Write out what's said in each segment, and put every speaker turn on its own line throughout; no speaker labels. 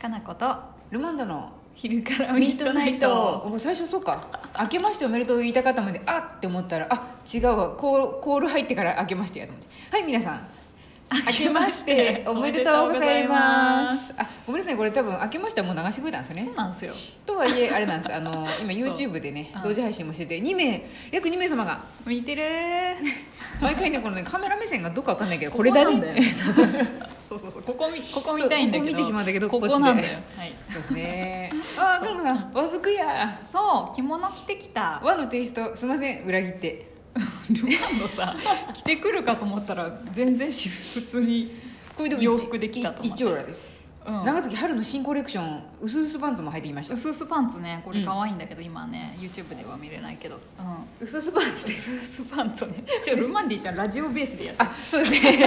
かなこと
ルマンドの
昼から
ミッドナイトもう最初そうか「明けましておめでとう」言いたかったのであっって思ったらあ違うわコーコール入ってから「明けまして」やと思ってはい皆さん明けましておめでとうございますあごめんなさいこれ多分明けましてはもう流してくれたんですよ
そ
ね
うなんですよ
とはいえあれなんですあ の今
そう
YouTube でね
うん
同時配信もしてて2名約2名様 が
見てる
毎回ねこのねカメラ目線がどっかわかんないけどこれだね
そうそうそうここ見ここ見たいんだけど
そうここ見てしまうんだけど
こ
こっ
こ
ちで
なんだよ、はい、
そうですねああかのさん和服や
そう着物着てき た
和のテイストすいません裏切って
ルマンドさ着てくるかと思ったら全然し普通に
これでも
洋服できたと思って
一応らです、
うん
長崎春の新コレクション薄々パンツも履いてきました
薄々パンツねこれ可愛いんだけど、今ね YouTube では見れないけどうん
薄々パンツで
薄々パンツね違うルマンディちゃんラジオベースでやって
あそうです ね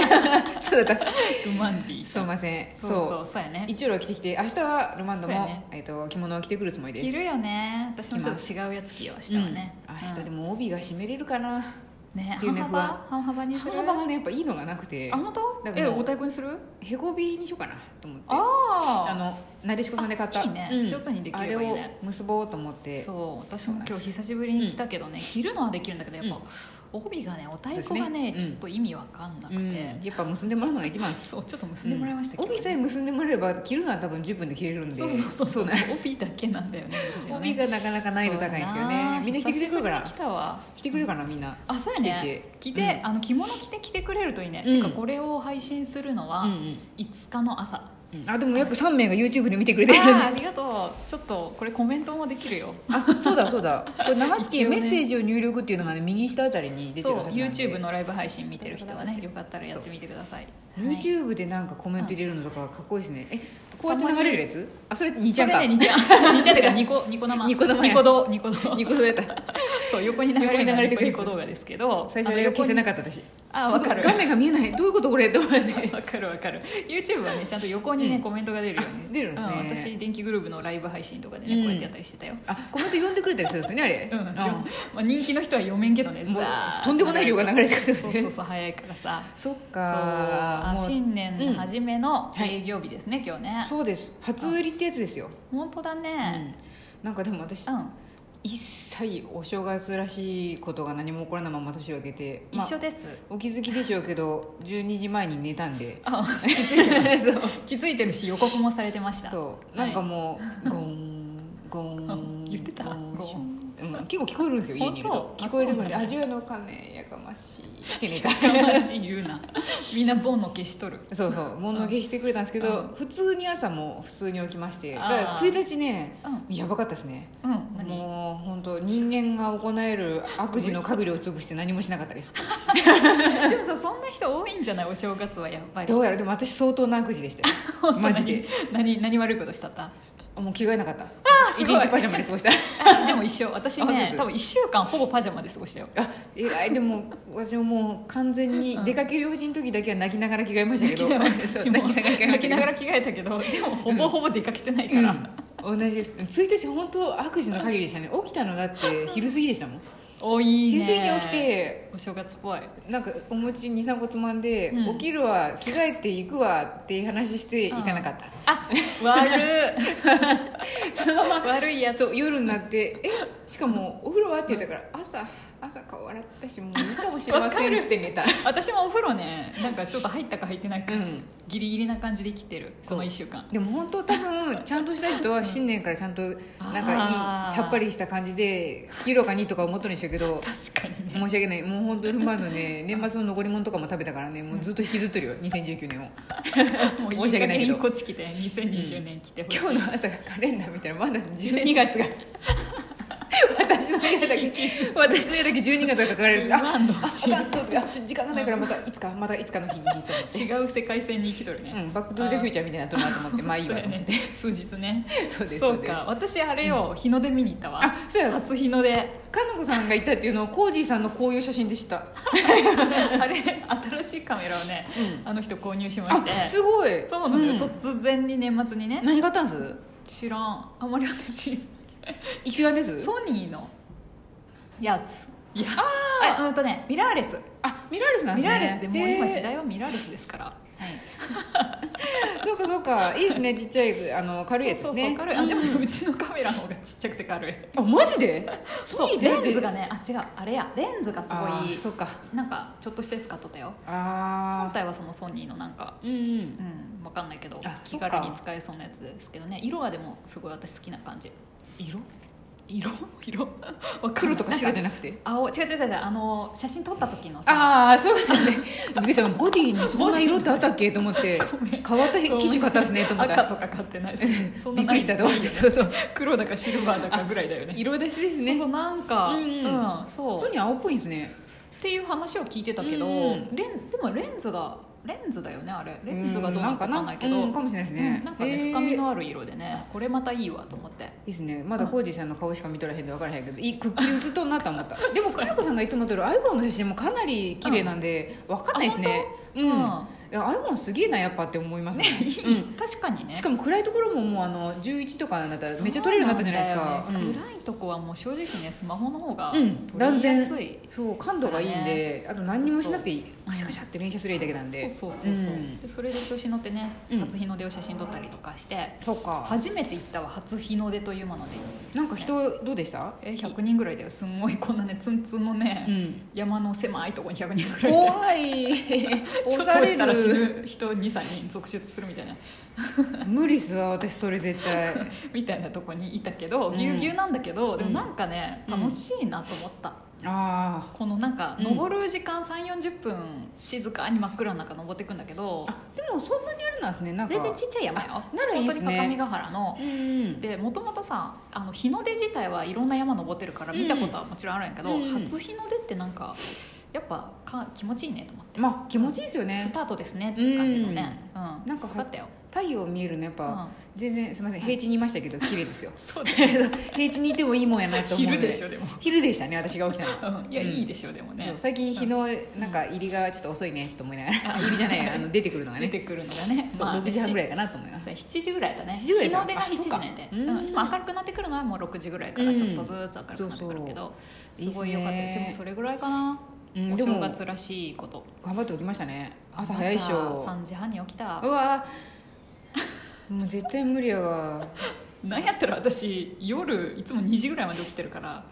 そうだった
ルマンディ
すいません
そ
そうう
そうそうやね
一応ら着てきて明日はロマンドも、
そうやね
えっと着物を着てくるつもりです
着るよね私もちょっと違うやつ着よう明日はね、
うん明日で
も、
も帯が締めれるかな
ね
っていう
半
ね
幅半幅にす
半
る
幅がねやっぱいいのがなくて
あ本当
だから
え
も
お
う
太鼓にする
へこびにしようかなと思ってあ
ああ
のなでしこさんで買った
あいいね上手にできればいいね
あれを結ぼうと思って
そう私も今日久しぶりに来たけどね、着るのはできるんだけどやっぱ、帯がねお太鼓がね
そうですね
ちょっと意味わかんなく
う
て、
んやっぱ結んでもらうのが一番です
そうちょっと結んでもらいましたけど、
うん帯さえ結んでもらえれば着るのは多分10分で着れるんで
そうそうそうそう
なんです
帯だけなんだよね私はね
帯がなかなか難易度高いんですけど
そうだ
ねみんな着てくれるから
久しぶりに来たわ
着てくれるかなみんな
あそうやね着て
着てきてうん
あの着物着て着てくれるといいね、
う
て
ん
かこれを配信するのは
うんうん
5日の朝、
うんあでも約3名が YouTube で見てくれてる
ああありがとうちょっとこれコメントもできるよ
あそうだそうだこれ長
一
月
応
メ
ね
ッセージを入力っていうのがね右下あたりに出
そ
てる
う
はずなんで
YouTube のライブ配信見てる人はねよかったらやってみてください、はい
YouTube でなんかコメント入れるのとかかっこいいですねえこうやって流れるやつあそれ2ちゃん
そ
か
れね、ニちゃん ニちゃんだからニコニコ生
ニコ生や
ニコ動ニコ動
2個そうやった
そう横に流れる
横に流れてくる
ニコニコ動画ですけど
最初あれが消せな
かっ
かった私
あ
すごい
わかる
画面が見えないどういうことこれって思って
わかるわかる YouTube はねちゃんと横にね、コメントが出るよね
あ出るんですね
う私電気グループのライブ配信とかでね、こうやってやったりしてたよ
あコメント読んでくれたりするんですよねあれ
うん、よ まあ、人気の人は読めんけどね
もう
ザーッ
とんでもない量が流れてくるんです
そ
ね
うそうそう早いからさ
そっ
そう
か
あ
もう
新年初めの
はい
営業日ですね、今日ね
そうです初売りってやつですよ、
本当だ
うん
ね、
なんかでも私、
うん
一切お正月らしいことが何も起こらないまま年を明けて、まあ
一緒です、
お気づきでしょうけど12時前に寝たんで
あ、気づいてます気づいてるし予告もされてました
そうなんか
はい
もう、ゴーンゴーン
言ってた
ゴーン
ゴーン
シュンうん、結構聞こえるんですよ家にいる
本
と
当
聞こえてくるんで「
あそうなんだ
味わの金やかましい」っ て寝た
やかましい言うなみんなボンの消しとる
そうそう物のけしてくれたんですけ
うん
ど普通に朝も普通に起きましてだ
あー
から1日ね
うん
やばかったですね
うん何
もう本当人間が行える悪事の限りを尽くして何もしなかったです
でもさそんな人多いんじゃないお正月はやっぱり
どうやらでも私相当な悪事でしたよマジで
何何何悪いことした った
もう着替えなかった
す
一
ごい
日パジャマで過ごした
あでも一緒私
あ本当で
ね
す
多分1週間ほぼパジャマで過ごしたよ
あ 意外でも私ももう完全に出かける用事の時だけは泣きながら着替えましたけど
私も
泣きながら着替え
泣
ました
き
け
なが
ど
ら着替えたけどでもほぼほぼ出かけてないから、
うん同じです1日本当悪事の限りでしたね起きたのだって昼過ぎでしたもん
多いね
昼過ぎに起きて
お正月っぽい
なんかお餅23個つまんで、
うん
起きるわ着替えて行くわっていう話して行かなかった、
あ悪 い
そのまま
悪いやつ
そう夜になって「えしかもお風呂は?」って言ったから「朝朝顔洗ったしもういいかもしれません」っつって寝た
私もお風呂ねなんかちょっと入ったか入ってないか、
うん
ギリギリな感じで生きてる
そ
こ
う
の1週間
でも本当多分ちゃんとした人は新年からちゃんとなん
あ
かい
ー
いさっぱりした感じで黄色かにとか思っとるんでしょうけど
確かにね
申し訳ないもう本当ルマンドね年末の残り物とかも食べたからねもうずっと引きずってるよ2019年を
もう
申し訳ない
い
けど
い加減こっち来て2020年来てほしい、
今日の朝がカレンダーみたいなまだ12月が 私の部屋だけ私の部屋だけ12月が書かれるんですあ
ルマンド
ああかんと思ってあちょ時間がないからまたいつかまたいつかの日にと思っ て、
違う世界線に生きとるね、
うん、バック・ドゥ・ザ・フューチャーみたいになとるなと思ってまあいい
そう
わ
や
と思っ
ね
て、
数日ね
そうです
そう
そうです
か私あれよ、日の出見に行ったわ
あそうや
初日の出
かのこさんがいたっていうのをコージーさんのこういう写真でした
あれ新しいカメラをね、あの人購入しまして
あすごい
そうなのよ、
ん
突然に年末にね
何があったんです
知らんあんまり私
一眼です
ソニーのやつやつあうんとねミラーレス
あミラーレスなん
ミ
ですね
ラーレスでもう今時
へ
代はミラーレスですから、はい、
そうかそうかいいですねちっちゃいあの軽いやつです
そうそうそ
ね
う軽いあでもうちのカメラの方がちっちゃくて軽い
あマジで
そうレンズがねあ違うあれやレンズがす
あ
ご
ー
い
そうか
なんかちょっとしたやつ買っとったよ本
ああ
体はそのソニーのなんか
うんうん
うんわかんないけど
あ
気
そっか
軽に使えそうなやつですけどね色はでもすごい私好きな感じ
色
色色わかんない
黒とか白じゃなくて
青違う違う違うあの写真撮った時のさ
ああそうなんね びっくりしたボディにそんな色ってあったっけと思って
ごめん
変わった機種買ったんですねと思った
赤とか買ってないしそんな
びっ
な
く
い
りしたと思ってそうそう
黒だかシルバーだかぐらいだよね
色出しです
そう
ね
そうなんか、
う
うんん
うん
そう
そうに青っぽいんですね
っていう話を聞いてたけど、
うん
レンでもレンズがレンズだよねあれレンズがどうなのか分かんないけど、
うんかもしれないですね、
うんなんかね、
えー
深みのある色でねこれまたいいわと思って
いいですねまだ浩二さんの顔しか見とらへんで分からへんけどいいくっきり写っとんなと思った でも佳代子さんがいつも撮る iPhone の写真もかなり綺麗なんで分かんないですねうん、
うん
いや iPhone すげえなやっぱって思いますねうん
確かにね
しかも暗いところももうあの11とかだったらめっちゃ撮れるようになったじゃないですか
そうなんだよね暗いとこはもう正直ねスマホの方が
うん
撮りやすい、
そう感度がいいんで、
ね
あと何にもしなくていい
そう
カシャカシャって連写すればいいだけなんで
そうそうそうそう、
ん
でそれで調子乗ってね
うん
初日の出を写真撮ったりとかして、
そうか
初めて行ったわ初日の出というもので
なんか人どうでした
え100人ぐらいだよすんごいこんなねツンツンのね、
うん
山の狭いとこに100人ぐらいいて
怖い
ちょ
押
っと
さ
押したら死
れる
ぬ人23人続出するみ たいな
無理っすわ私それ絶 対
みたいなとこにいたけど
うん
ぎゅうぎゅうなんだけど、でもなんかね
うん
楽しいなと思った、
あー
このなんか
うん
登る時間3 4 0分静かに真っ暗の中登っていくんだけど
あでもそんなにあれなんですねなんか
全然ちっちゃい山よ
あならいいっすね
本当に各務原の
うんうん
でもともとさあの日の出自体はいろんな山登ってるから見たことはもちろんあるんやけど、
うん
初日の出ってなんかやっぱか気持ちいいねと思って、
まあ気持ちいいですよ
ス
ね
タートですねっていう感じのね、うん
なんか
よかったよ、
太陽見えるのやっ
う
ぱ
ん、
全然すみません平地にいまし たけど綺麗ですよ
そう
平地にいてもいいもんやなと思うの
昼でしょでも、
昼でしたね私が起きたの
うんいや、
うん
いいでしょでもね
そう最近日のなんか入りがちょっと遅いねと思いながら 入りじゃないあの出てくるのが
出
ね
てくるのがね
そう
まあ
6時半ぐらいかなと思います
7時7時ぐらいだね
7時ぐらいでし
日
ょ
の出が7時
あ
なんで、
そうか
うんでも明るくなってくるのはもう6時ぐらいからちょっとずつ明るくなってくるけど、
うん
すごいよかった
いいっすね
でもそれぐらいかな、
うん
お
で
正
も
月らしいこと
頑張って起きましたね朝早いっしょ
3時半に起きた
うわーもう絶対無理やわ
なんやったら私夜いつも2時ぐらいまで起きてるから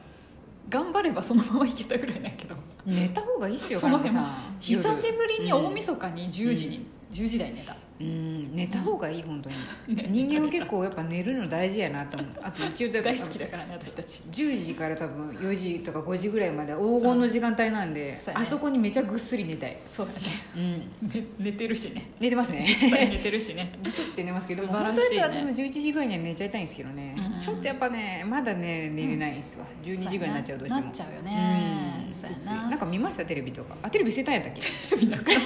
頑張ればそのままいけたぐらいなんやけど
寝た方がいいっすよ
その
金子
辺
さ
も
ん
久しぶりに
うん
大晦日に10時に、10時台に寝た
うん寝た方がいい本当に
ね
人間は結構やっぱ寝るの大事やなと思うあと一応だ
大好きだからね私たち
10時から多分4時とか5時ぐらいまで黄金の時間帯なんで、
そうやね
あそこにめちゃぐっすり寝たい、
そうだね
うん、
ね寝てるしね
寝てます ね
実際寝てるしね
ぐすって寝ますけど
素晴らしいね
本当だったら私も11時ぐらいには寝ちゃいたいんですけどね、
うんうん
ちょっとやっぱねまだね寝れないんですわ、12時ぐらいになっちゃうどうしても
なっちゃうよね
うん
そうや
ついつい
な
なんか見ましたテレビとかあテレビ捨てたんや ったっけ
テレビなくなっ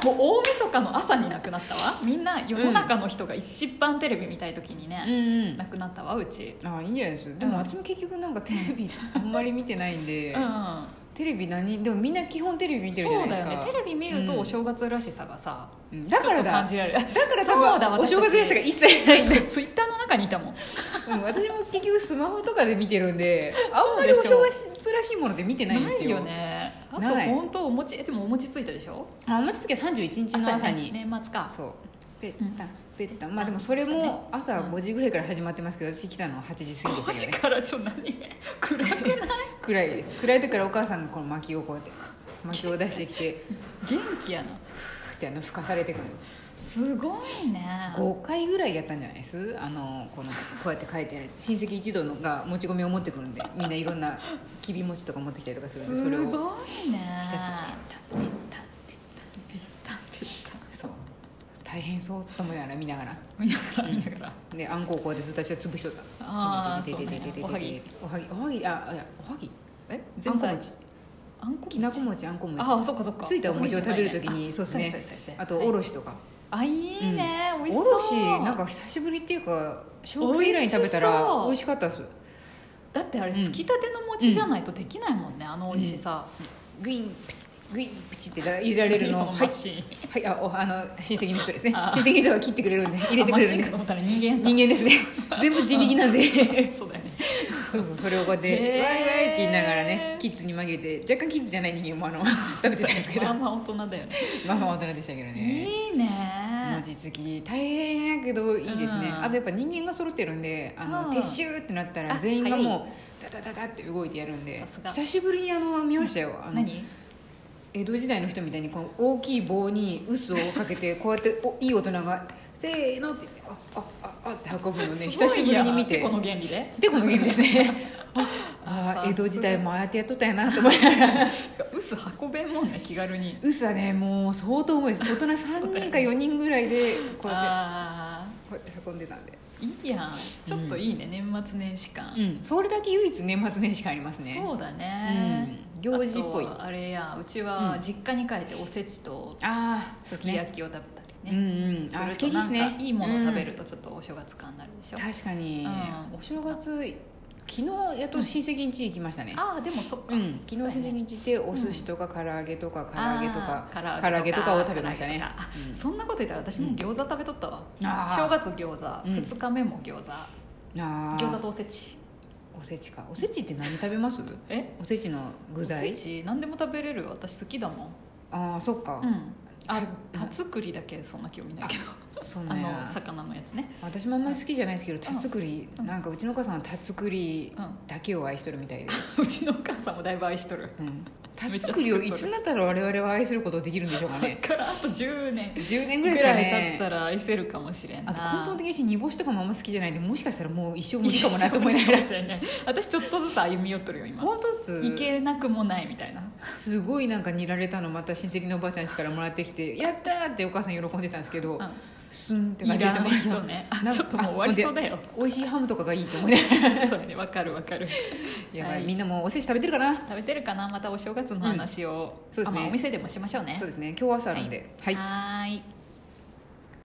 たもう大晦日の朝になくなったわみんな世の中の人が一番テレビ見たい時にね、
ん
なくなったわうち
あいいんじゃないですでも私も結局なんかテレビあんまり見てないんで、
うん
テレビ何でもみんな基本テレビ見てるじゃ
そ
な
う
い
だ
です
よ
か
ねテレビ見ると
うん
お正月らしさがさ、
うんだから
ちょっと感
だ
じられ る
だから
そう
多
だ
分
私
お
たち
正月らしさが一切ないんだよ
ツイッターの中にいたもん
うん私も結局スマホとかで見てるんであんまりお正月らしいものって見てないんですよ
よねあと
ない
本当お餅えでもお餅ついたでしょ
あお餅つきは31日の朝に、
ね年末か
そうペ
う
ッ
ん
タンペッタン
うん
まあでもそれ
そうね
も朝5時ぐらいから始まってますけど私来たのは8時過ぎでした
5時
けどね
からちょっと何暗くない
暗いです暗い時からお母さんがこの薪をこうやって薪を出してきて
元気やな
ふってあの吹かされてくる
すごいね
5回ぐらいやったんじゃないですあのこのこうやって書いてある親戚一同のがもち米を持ってくるんでみんないろんなきび餅とか持ってきたりとかするんでそれ
す
を
ごいね
ひたすら「てったてったそう大変そうと思いながら見ながら
見ながら見ながら
であんこをこうやってずっと足で潰しとった
あー
ででででででで
そうね
おはぎおはぎあいやおはぎ
え
あんこ
あんこ
餅
餅
きなこ餅あんこ餅
ああそっかそっか
ついたお餅を食べるときにそうです
そう
ね
やそうやそうや
あとおろしとか
あいいね美味しそ
お
う
ろしなんか久しぶりっていうか小学生以来に食べ
美味し
たら
そう
美味しかったです
だってあれ
うん
つきたての餅じゃないとできないもんねあの美味しさ
グインプチグインプチって入れられるの
そ
はい
マシン
はいあおあの親戚の人ですね親
あー
戚の人が切ってくれるんで入れてくれるん
あマシンか
で
と思ったら人間やった
人間ですね全部自力なんで
そうだよね
そうそうそれをこうやって「
へー
わいわい」って言いながらねキッズに紛れて若干キッズじゃない人間もあの食べてたんですけど
まあまあ大人だよね
まあまあ大人でしたけどね
いいね
餅つき大変やけどいいですね、
うん
あとやっぱ人間が揃ってるんであの、
うん
撤収ってなったら
あ
全員がもうダダダダって動いてやるんで
さすが
久しぶりにあの見ましたよ、あの
何
江戸時代の人みたいにこの大きい棒に臼をか けてこうやっておいい大人が「せーの」って言って「ああああ」って運ぶのね久しぶりに見て
この原理で
でこのゲームですね ああ
さすが
江戸時代もああやってやっとったんやなと思 って
薄運べんもんね気軽に
臼はねもう相当重いです大人3人か4人ぐらいでこうやって
あ
こうやって運んでたんで
ーいいやんちょっといいね、年末年始感、
うんそれだけ唯一年末年始感ありますね
そうだね、
うん行事っぽい
あとはあれやうち
う
は
ん
実家に帰っておせちと
ああ
すき焼きを食べたり
う
ね
んうん
す
あ
る
好き
と
で
な
す
ん
ね
かいいもの食べ
うん
るとちょっとお正月感になるでしょ、
確かに、
うん
お正月昨日やっと親戚ん家行きましたね、
ああでもそっか、
うん、昨日
そう
親
や
戚
ね
に行ってお寿司とか唐揚げとか唐揚げとか
あー
唐揚げとかを食べました
唐揚
ね
げとか
うん
そんなこと言ったら私も餃子食べとったわ、
うんあー
正月餃子、
うん
二2日目も餃子
あー
餃子とおせち
おせちかおせちって何食べます
え
おせちの具材
おせち何でも食べれる私好きだもん
ああそっか、
うんあ
た
田作りだけそんな興味ないけど
そう
あ
なん
の
や
魚のやつね
私もあんまり好きじゃないですけど田作り、
うん
なんかうちのお母さんは田作り
うん
だけを愛してるみたいで、
うちのお母さんもだいぶ愛しとる
うん、田
めっちゃ
作りを
作っ
い
とる
つになったら我々は愛することできるんでしょうか
だ
ね
からあと10年
10年ぐ
ぐ
らいですか
い
ら
経
ね
ったら愛せるかもしれんな
あと根本的に煮干しとかもあんま好きじゃないんでもしかしたらもう一生無理かもなと思いながら
一緒 にいるかもしれない私ちょっとずつ歩み寄っとるよ今
本当っす
いけなくもないみたいな
すごいなんか煮られたのまた親戚のおばあちゃん家からもらってきて「 やった!」ってお母さん喜んでたんですけど、
うん
スンって
い
感じで
ら
した
ない人ね
お母さん
あちょっともう終わりそうだよ
あ で美味しいハムとかがいいと思い なが ら
そうやねわかるわかる
やばい、
はい
みんなもうおせち食べてるかな
食べてるかなまたお正月の話を、
そうですね
あまあお店でもしましょうね
そうですね今日朝あるんではい
はーい